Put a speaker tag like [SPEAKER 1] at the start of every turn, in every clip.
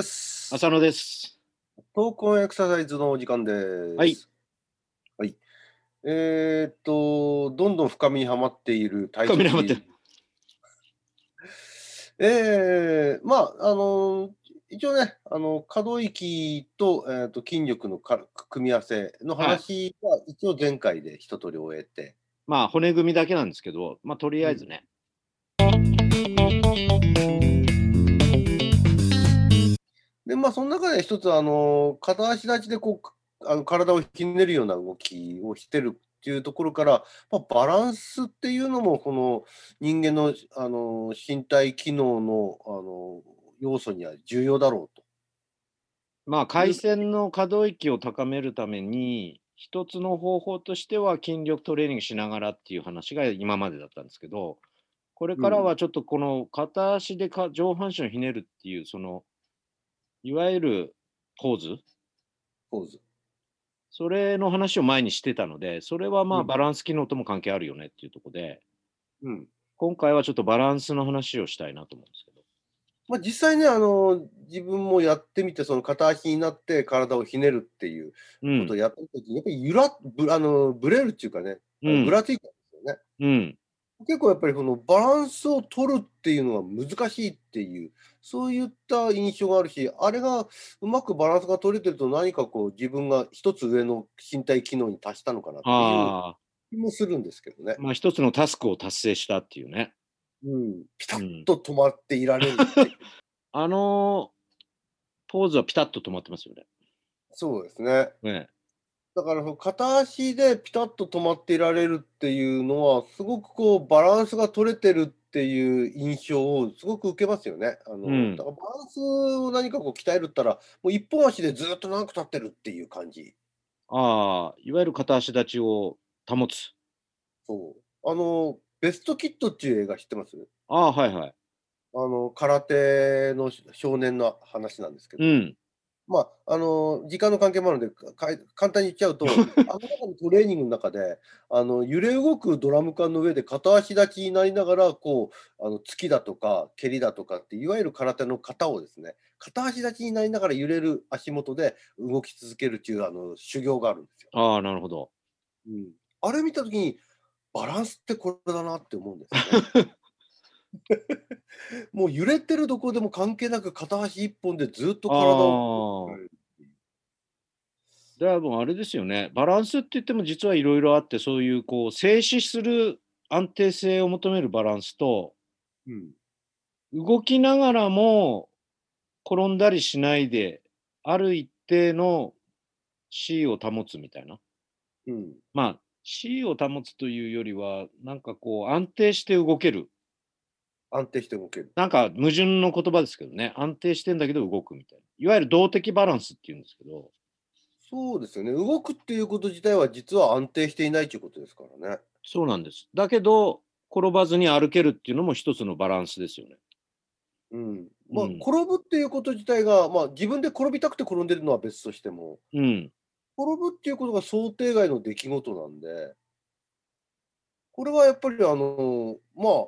[SPEAKER 1] 浅野です。
[SPEAKER 2] 闘魂エクササイズのお時間です。
[SPEAKER 1] はい。
[SPEAKER 2] はい。えーっと、どんどん深みにはまっている体
[SPEAKER 1] 深みにはまってる
[SPEAKER 2] えー、まあ、あの、一応ね、あの、可動域と,、えーっと筋力のか組み合わせの話は一応前回で一通り終えて、
[SPEAKER 1] まあ骨組みだけなんですけど、まあとりあえずね。
[SPEAKER 2] で、まあ、その中で一つ、あの、片足立ちでこう、あの体をひねるような動きをしてるっていうところから、まあ、バランスっていうのも、この人間の、あの、身体機能の、あの、要素には重要だろうと。
[SPEAKER 1] まあ回線の可動域を高めるために、一つの方法としては筋力トレーニングしながらっていう話が今までだったんですけど、これからはちょっとこの片足でか上半身をひねるっていう、その、いわゆるポーズ
[SPEAKER 2] ポーズ。
[SPEAKER 1] それの話を前にしてたので、それはまあ
[SPEAKER 2] うん
[SPEAKER 1] バランス機能とも関係あるよねっていうところで、
[SPEAKER 2] うん。
[SPEAKER 1] 今回はちょっとバランスの話をしたいなと思うんですけど。
[SPEAKER 2] まあ、実際ね、あの、自分もやってみて、その片足になって体をひねるっていう
[SPEAKER 1] うん
[SPEAKER 2] ことをやった時に、やっぱりゆら、ぶあの、ぶれるっていうかね、
[SPEAKER 1] うん
[SPEAKER 2] ぶらついたんですよね。
[SPEAKER 1] うん、
[SPEAKER 2] 結構やっぱりこのバランスを取るっていうのは難しいっていうそういった印象があるしあれがうまくバランスが取れてると何かこう自分が一つ上の身体機能に達したのかなっていう
[SPEAKER 1] あ
[SPEAKER 2] 気もするんですけどね
[SPEAKER 1] あ、、まあ一つのタスクを達成したっていうね。
[SPEAKER 2] うん、ピタ
[SPEAKER 1] う
[SPEAKER 2] ッ
[SPEAKER 1] ん、
[SPEAKER 2] と止まっていられるっていう
[SPEAKER 1] あのポーズはピタッと止まってますよね。
[SPEAKER 2] そうですね
[SPEAKER 1] ね
[SPEAKER 2] だからその片足でピタッと止まっていられるっていうのはすごくこうバランスが取れてるっていう印象をすごく受けますよね。あの
[SPEAKER 1] うん
[SPEAKER 2] だからバランスを何かこう鍛えるったらもう一本足でずっと長く立ってるっていう感じ。
[SPEAKER 1] ああ、いわゆる片足立ちを保つ。
[SPEAKER 2] そうあのベストキッドっていう映画知ってます
[SPEAKER 1] ああ、はいはい。
[SPEAKER 2] あの空手の少年の話なんですけど、
[SPEAKER 1] うん。
[SPEAKER 2] まあ、あの時間の関係もあるのでかかい簡単に言っちゃうとあの中のトレーニングの中であの揺れ動くドラム缶の上で片足立ちになりながらこうあの突きだとか蹴りだとかっていわゆる空手の型をですね片足立ちになりながら揺れる足元で動き続けるっていうあの修行があるんですよ。
[SPEAKER 1] ああ、なるほど。
[SPEAKER 2] うん、あれ見た時にバランスってこれだなって思うんですよね。 もう揺れてるどこでも関係なく片足一本でずっと体を。
[SPEAKER 1] ああ。だからもうあれですよね。バランスって言っても実はいろいろあって、そういうこう静止する安定性を求めるバランスと、
[SPEAKER 2] うん
[SPEAKER 1] 動きながらも転んだりしないで、ある一定の C を保つみたいな。
[SPEAKER 2] うん
[SPEAKER 1] まあ、C を保つというよりは、なんかこう、安定して動ける。
[SPEAKER 2] 安定して動ける。
[SPEAKER 1] なんか矛盾の言葉ですけどね、安定してんだけど動くみたいな。いわゆる動的バランスっていうんですけど、
[SPEAKER 2] そうですよね。動くっていうこと自体は実は安定していないということですからね。
[SPEAKER 1] そうなんです。だけど、転ばずに歩けるっていうのも一つのバランスですよね。
[SPEAKER 2] うん。まあ、
[SPEAKER 1] うん
[SPEAKER 2] 転ぶっていうこと自体が、まあ、自分で転びたくて転んでるのは別としても、
[SPEAKER 1] うん。
[SPEAKER 2] 転ぶっていうことが想定外の出来事なんで、これはやっぱりあの、ま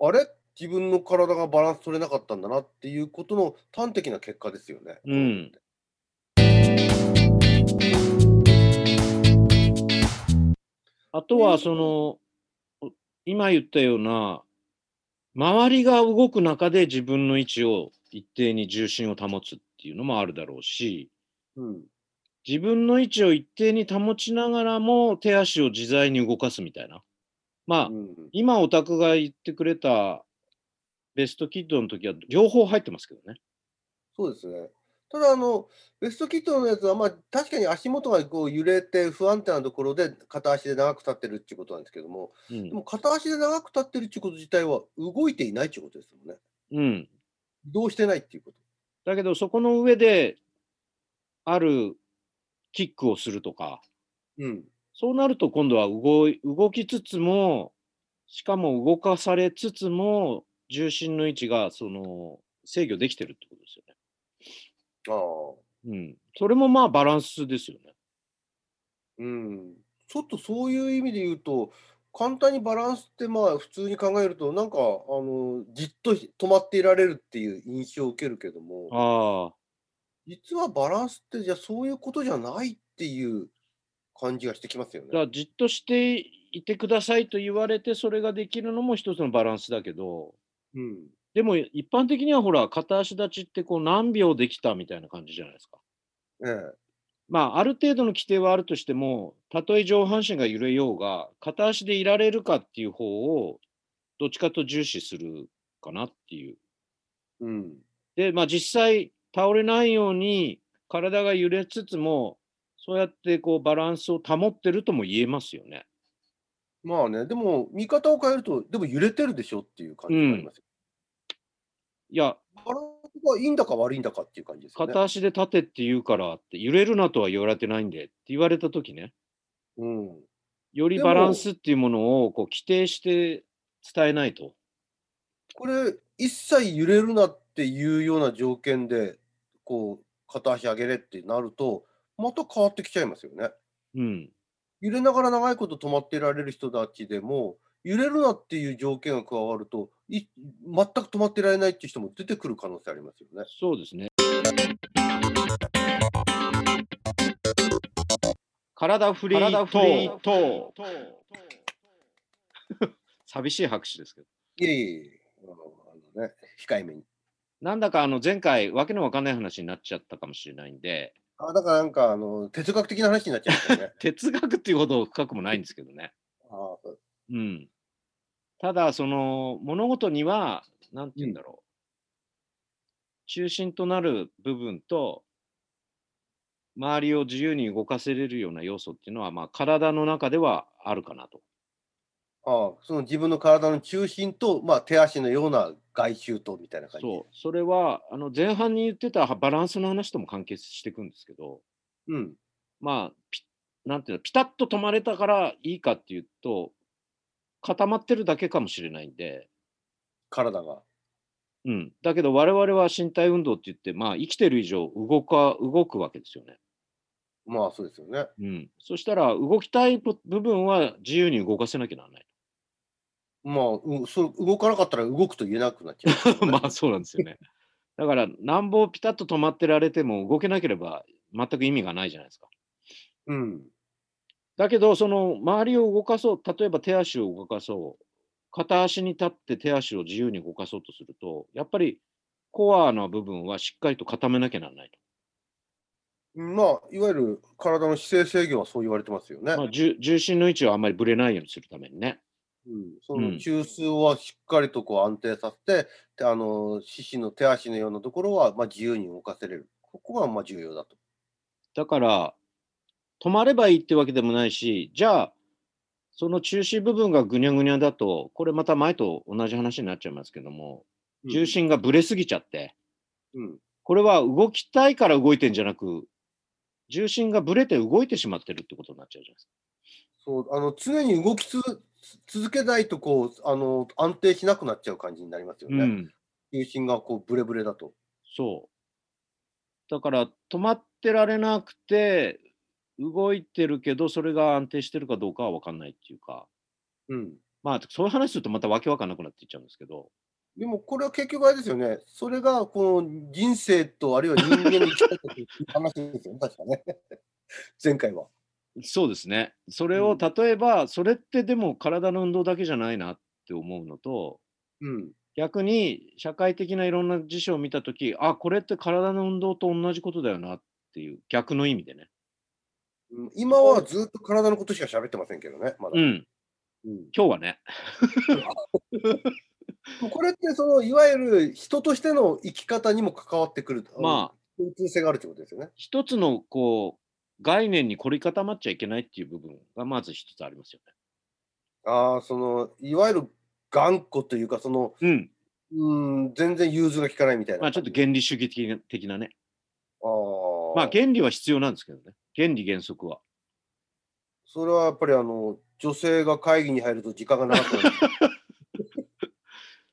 [SPEAKER 2] あ、あれ自分の体がバランス取れなかったんだなっていうことの端的な結果ですよね。
[SPEAKER 1] うんあとは、その、お今言ったような、周りが動く中で自分の位置を一定に重心を保つっていうのもあるだろうし、
[SPEAKER 2] うん。
[SPEAKER 1] 自分の位置を一定に保ちながらも手足を自在に動かすみたいな。まあ、
[SPEAKER 2] うん。
[SPEAKER 1] 今オタクが言ってくれたベストキッドの時は両方入ってますけどね。
[SPEAKER 2] そうですね。ただあの、ベストキットのやつは、まあ、確かに足元がこう揺れて不安定なところで片足で長く立ってるっていうことなんですけども、でも片足で長く立ってるっていうこと自体は動いていないっていうことですもんね。
[SPEAKER 1] うん。うん。
[SPEAKER 2] 移動してないっていうこと。
[SPEAKER 1] だけどそこの上であるキックをするとか、
[SPEAKER 2] うん。
[SPEAKER 1] そうなると今度は動い動きつつも、しかも動かされつつも、重心の位置がその制御できてるってことですよね。
[SPEAKER 2] ああ。
[SPEAKER 1] うん。それもまあバランスですよね。
[SPEAKER 2] うん。ちょっとそういう意味で言うと、簡単にバランスってまあ普通に考えると、なんかあのじっと止まっていられるっていう印象を受けるけども、
[SPEAKER 1] ああ。
[SPEAKER 2] 実はバランスって、じゃあそういうことじゃないっていう感じがしてきますよね。
[SPEAKER 1] だからじっとしていてくださいと言われて、それができるのも一つのバランスだけど、
[SPEAKER 2] うん、
[SPEAKER 1] でも一般的にはほら、片足立ちってこう何秒できたみたいな感じじゃないですか。
[SPEAKER 2] ええ
[SPEAKER 1] まあ、ある程度の規定はあるとしても、たとえ上半身が揺れようが、片足でいられるかっていう方を、どっちかと重視するかなっていう。
[SPEAKER 2] うん、
[SPEAKER 1] で、まあ、実際、倒れないように体が揺れつつも、そうやってこうバランスを保ってるとも言えますよね。
[SPEAKER 2] まあね、でも見方を変えると、でも揺れてるでしょっていう感じになりますよ。
[SPEAKER 1] いや、
[SPEAKER 2] バランスがいいんだか悪いんだかっていう感じですよね。
[SPEAKER 1] 片足で立てって言うからって、揺れるなとは言われてないんでって言われた時ね、
[SPEAKER 2] うん、
[SPEAKER 1] より
[SPEAKER 2] でも
[SPEAKER 1] バランスっていうものをこう規定して伝えないと。
[SPEAKER 2] これ、一切揺れるなっていうような条件で、こう、片足上げれってなると、また変わってきちゃいますよね。
[SPEAKER 1] うん。
[SPEAKER 2] 揺れながら長いこと止まっていられる人たちでも、揺れるなっていう条件が加わると、い全く止まってられないっていう人も出てくる可能性ありますよね。
[SPEAKER 1] そうですね。体フリートーク 寂しい拍手ですけど。
[SPEAKER 2] いえいえいえ、あのあのね、控えめに。
[SPEAKER 1] なんだかあの前回、わけのわかんない話になっちゃったかもしれないんで、
[SPEAKER 2] あだからなんかあの哲学的な話になっちゃいますよ ね。
[SPEAKER 1] 哲学っていうほど深くもないんですけどね。
[SPEAKER 2] あーそう
[SPEAKER 1] うん。ただ、その物事には、なんて言うんだろう。中心となる部分と、周りを自由に動かせれるような要素っていうのは、まあ、体の中ではあるかなと。
[SPEAKER 2] ああその自分の体の中心と、まあ、手足のような外周とみたいな感じで。
[SPEAKER 1] そう、それはあの前半に言ってたはバランスの話とも関係していくんですけど、
[SPEAKER 2] うん。
[SPEAKER 1] まあ、ピなんていうの、ピタッと止まれたからいいかっていうと、固まってるだけかもしれないんで、
[SPEAKER 2] 体が。
[SPEAKER 1] うん、だけど我々は身体運動って言って、まあ、生きてる以上動か、動くわけですよね。
[SPEAKER 2] まあそうですよね。
[SPEAKER 1] うん、そしたら、動きたい部部分は自由に動かせなきゃならない。
[SPEAKER 2] まあうそれ動かなかったら動くと言えなくなっちゃう、
[SPEAKER 1] まあ、そうなんですよね。だから、なんぼピタッと止まってられても、動けなければ全く意味がないじゃないですか。
[SPEAKER 2] うん。
[SPEAKER 1] だけど、その周りを動かそう、例えば手足を動かそう、片足に立って手足を自由に動かそうとすると、やっぱりコアな部分はしっかりと固めなきゃならない
[SPEAKER 2] まあいわゆる体の姿勢制御はそう言われてますよね。
[SPEAKER 1] と。まあ、重重心の位置をあんまりぶれないようにするためにね。
[SPEAKER 2] うん、そ
[SPEAKER 1] うん
[SPEAKER 2] の中枢はしっかりとこう安定させて、であの四肢の手足のようなところは、まあ、自由に動かせれる。ここがまあ重要だと。
[SPEAKER 1] だから、止まればいいってわけでもないし、じゃあ、その中心部分がぐにゃぐにゃだと、これまた前と同じ話になっちゃいますけども、重心がぶれすぎちゃって、
[SPEAKER 2] うん。
[SPEAKER 1] これは動きたいから動いてんじゃなく、重心がぶれて動いてしまってるってことになっちゃうじゃないですか。
[SPEAKER 2] そう、あの常に動きつ続けないとこうあの安定しなくなっちゃう感じになりますよね。
[SPEAKER 1] ん、
[SPEAKER 2] 重心がこうブレブレだと。
[SPEAKER 1] そう。だから止まってられなくて、動いてるけど、それが安定してるかどうかは分かんないっていうか、
[SPEAKER 2] うん。
[SPEAKER 1] まあ、そういう話するとまたわけわかんなくなっていっちゃうんですけど、
[SPEAKER 2] でもこれは結局あれですよね。それがこの人生とあるいは人間の生き方という話ですよね。確かね。 前回は。
[SPEAKER 1] そうですね。それ
[SPEAKER 2] う
[SPEAKER 1] を
[SPEAKER 2] ん
[SPEAKER 1] 例えば、それってでも体の運動だけじゃないなって思うのと、
[SPEAKER 2] うん。
[SPEAKER 1] 逆に社会的ないろんな辞書を見たとき、あ、これって体の運動と同じことだよなっていう逆の意味でね。
[SPEAKER 2] うん今はずっと体のことしか喋ってませんけどね。まだ。
[SPEAKER 1] うん、
[SPEAKER 2] うん
[SPEAKER 1] 今日はね。
[SPEAKER 2] これってそのいわゆる人としての生き方にも関わってくる、
[SPEAKER 1] まあ、
[SPEAKER 2] あの共通性があるということですよね。
[SPEAKER 1] 一つのこう概念に凝り固まっちゃいけないっていう部分がまず一つありますよ
[SPEAKER 2] ああ、そのいわゆる頑固というか、その
[SPEAKER 1] ね。うん。
[SPEAKER 2] うん全然融通が利かないみたいな。
[SPEAKER 1] まあちょっと
[SPEAKER 2] あ
[SPEAKER 1] 原理主義的な的なね。
[SPEAKER 2] ー
[SPEAKER 1] まあ原理は必要なんですけどね。原理原則は。
[SPEAKER 2] それはやっぱりあの女性が会議に入ると時間が長くなる。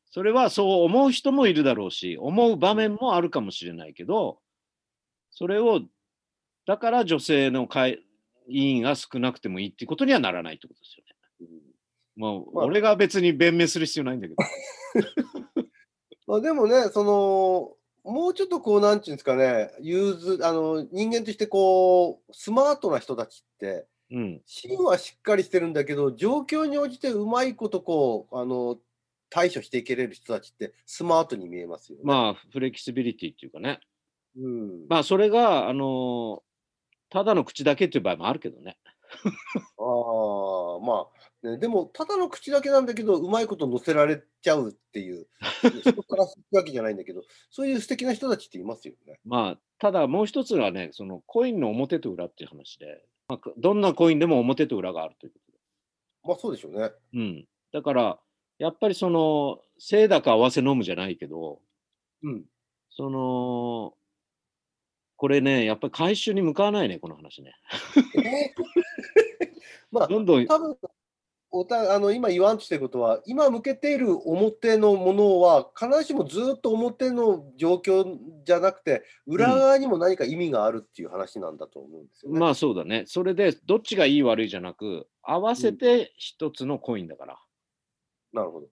[SPEAKER 1] それはそう思う人もいるだろうし、思う場面もあるかもしれないけど、それを、だから女性の会委員が少なくてもいいっていうことにはならないってことですよね。 もう、
[SPEAKER 2] まあ
[SPEAKER 1] 俺が別に弁明する必要ないんだけど。
[SPEAKER 2] まあでもね、そのもうちょっとこう、なんていうんですかね、ユーズ、あの、人間としてこう、スマートな人たちって、
[SPEAKER 1] うん。
[SPEAKER 2] 芯はしっかりしてるんだけど、状況に応じてうまいことこう、あの、対処していけれる人たちってスマートに見えますよね。
[SPEAKER 1] まあ、フレキシビリティっていうかね。
[SPEAKER 2] うん。
[SPEAKER 1] まあ、それが、あのーただの口だけっていう場合もあるけどね。
[SPEAKER 2] ああ、まあ、ね、でも、ただの口だけなんだけど、うまいこと乗せられちゃうって いう、人からするわけじゃないんだけど、そういう素敵な人たちっていますよね。
[SPEAKER 1] まあ、ただもう一つはね、そのコインの表と裏っていう話で、まあ、どんなコインでも表と裏があるというこ
[SPEAKER 2] まあ、そうでしょうね。
[SPEAKER 1] とで。うん。だから、やっぱりその、清高合わせ飲むじゃないけど、
[SPEAKER 2] うん。
[SPEAKER 1] その、これね、やっぱり回収に向かわないね、この話ね。
[SPEAKER 2] えー まあ、
[SPEAKER 1] どんどん、
[SPEAKER 2] 多分おたあの今言わんとしてることは、今向けている表のものは、必ずしもずっと表の状況じゃなくて、裏側にも何か意味があるっていう話なんだと思うんですよね。
[SPEAKER 1] まあそうだね。それで、どっちがいい悪いじゃなく、合わせて一つのコインだから。
[SPEAKER 2] なるほど。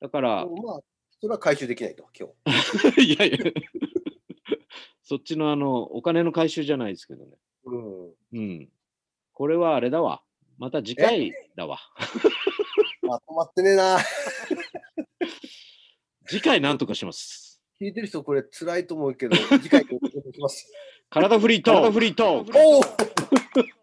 [SPEAKER 1] だから、
[SPEAKER 2] でもまあ、それは回収できないと、今日。
[SPEAKER 1] いやいや、 そっちのあの、お金の回収じゃないですけどね。
[SPEAKER 2] うん
[SPEAKER 1] うん。これはあれだわ。また次回だわ。
[SPEAKER 2] まとまってねえな。
[SPEAKER 1] 次回なんとかします。
[SPEAKER 2] 聞いてる人、これ 辛いと思うけど、次回お願いします。
[SPEAKER 1] 体フリートーク。体フリートーク。
[SPEAKER 2] おお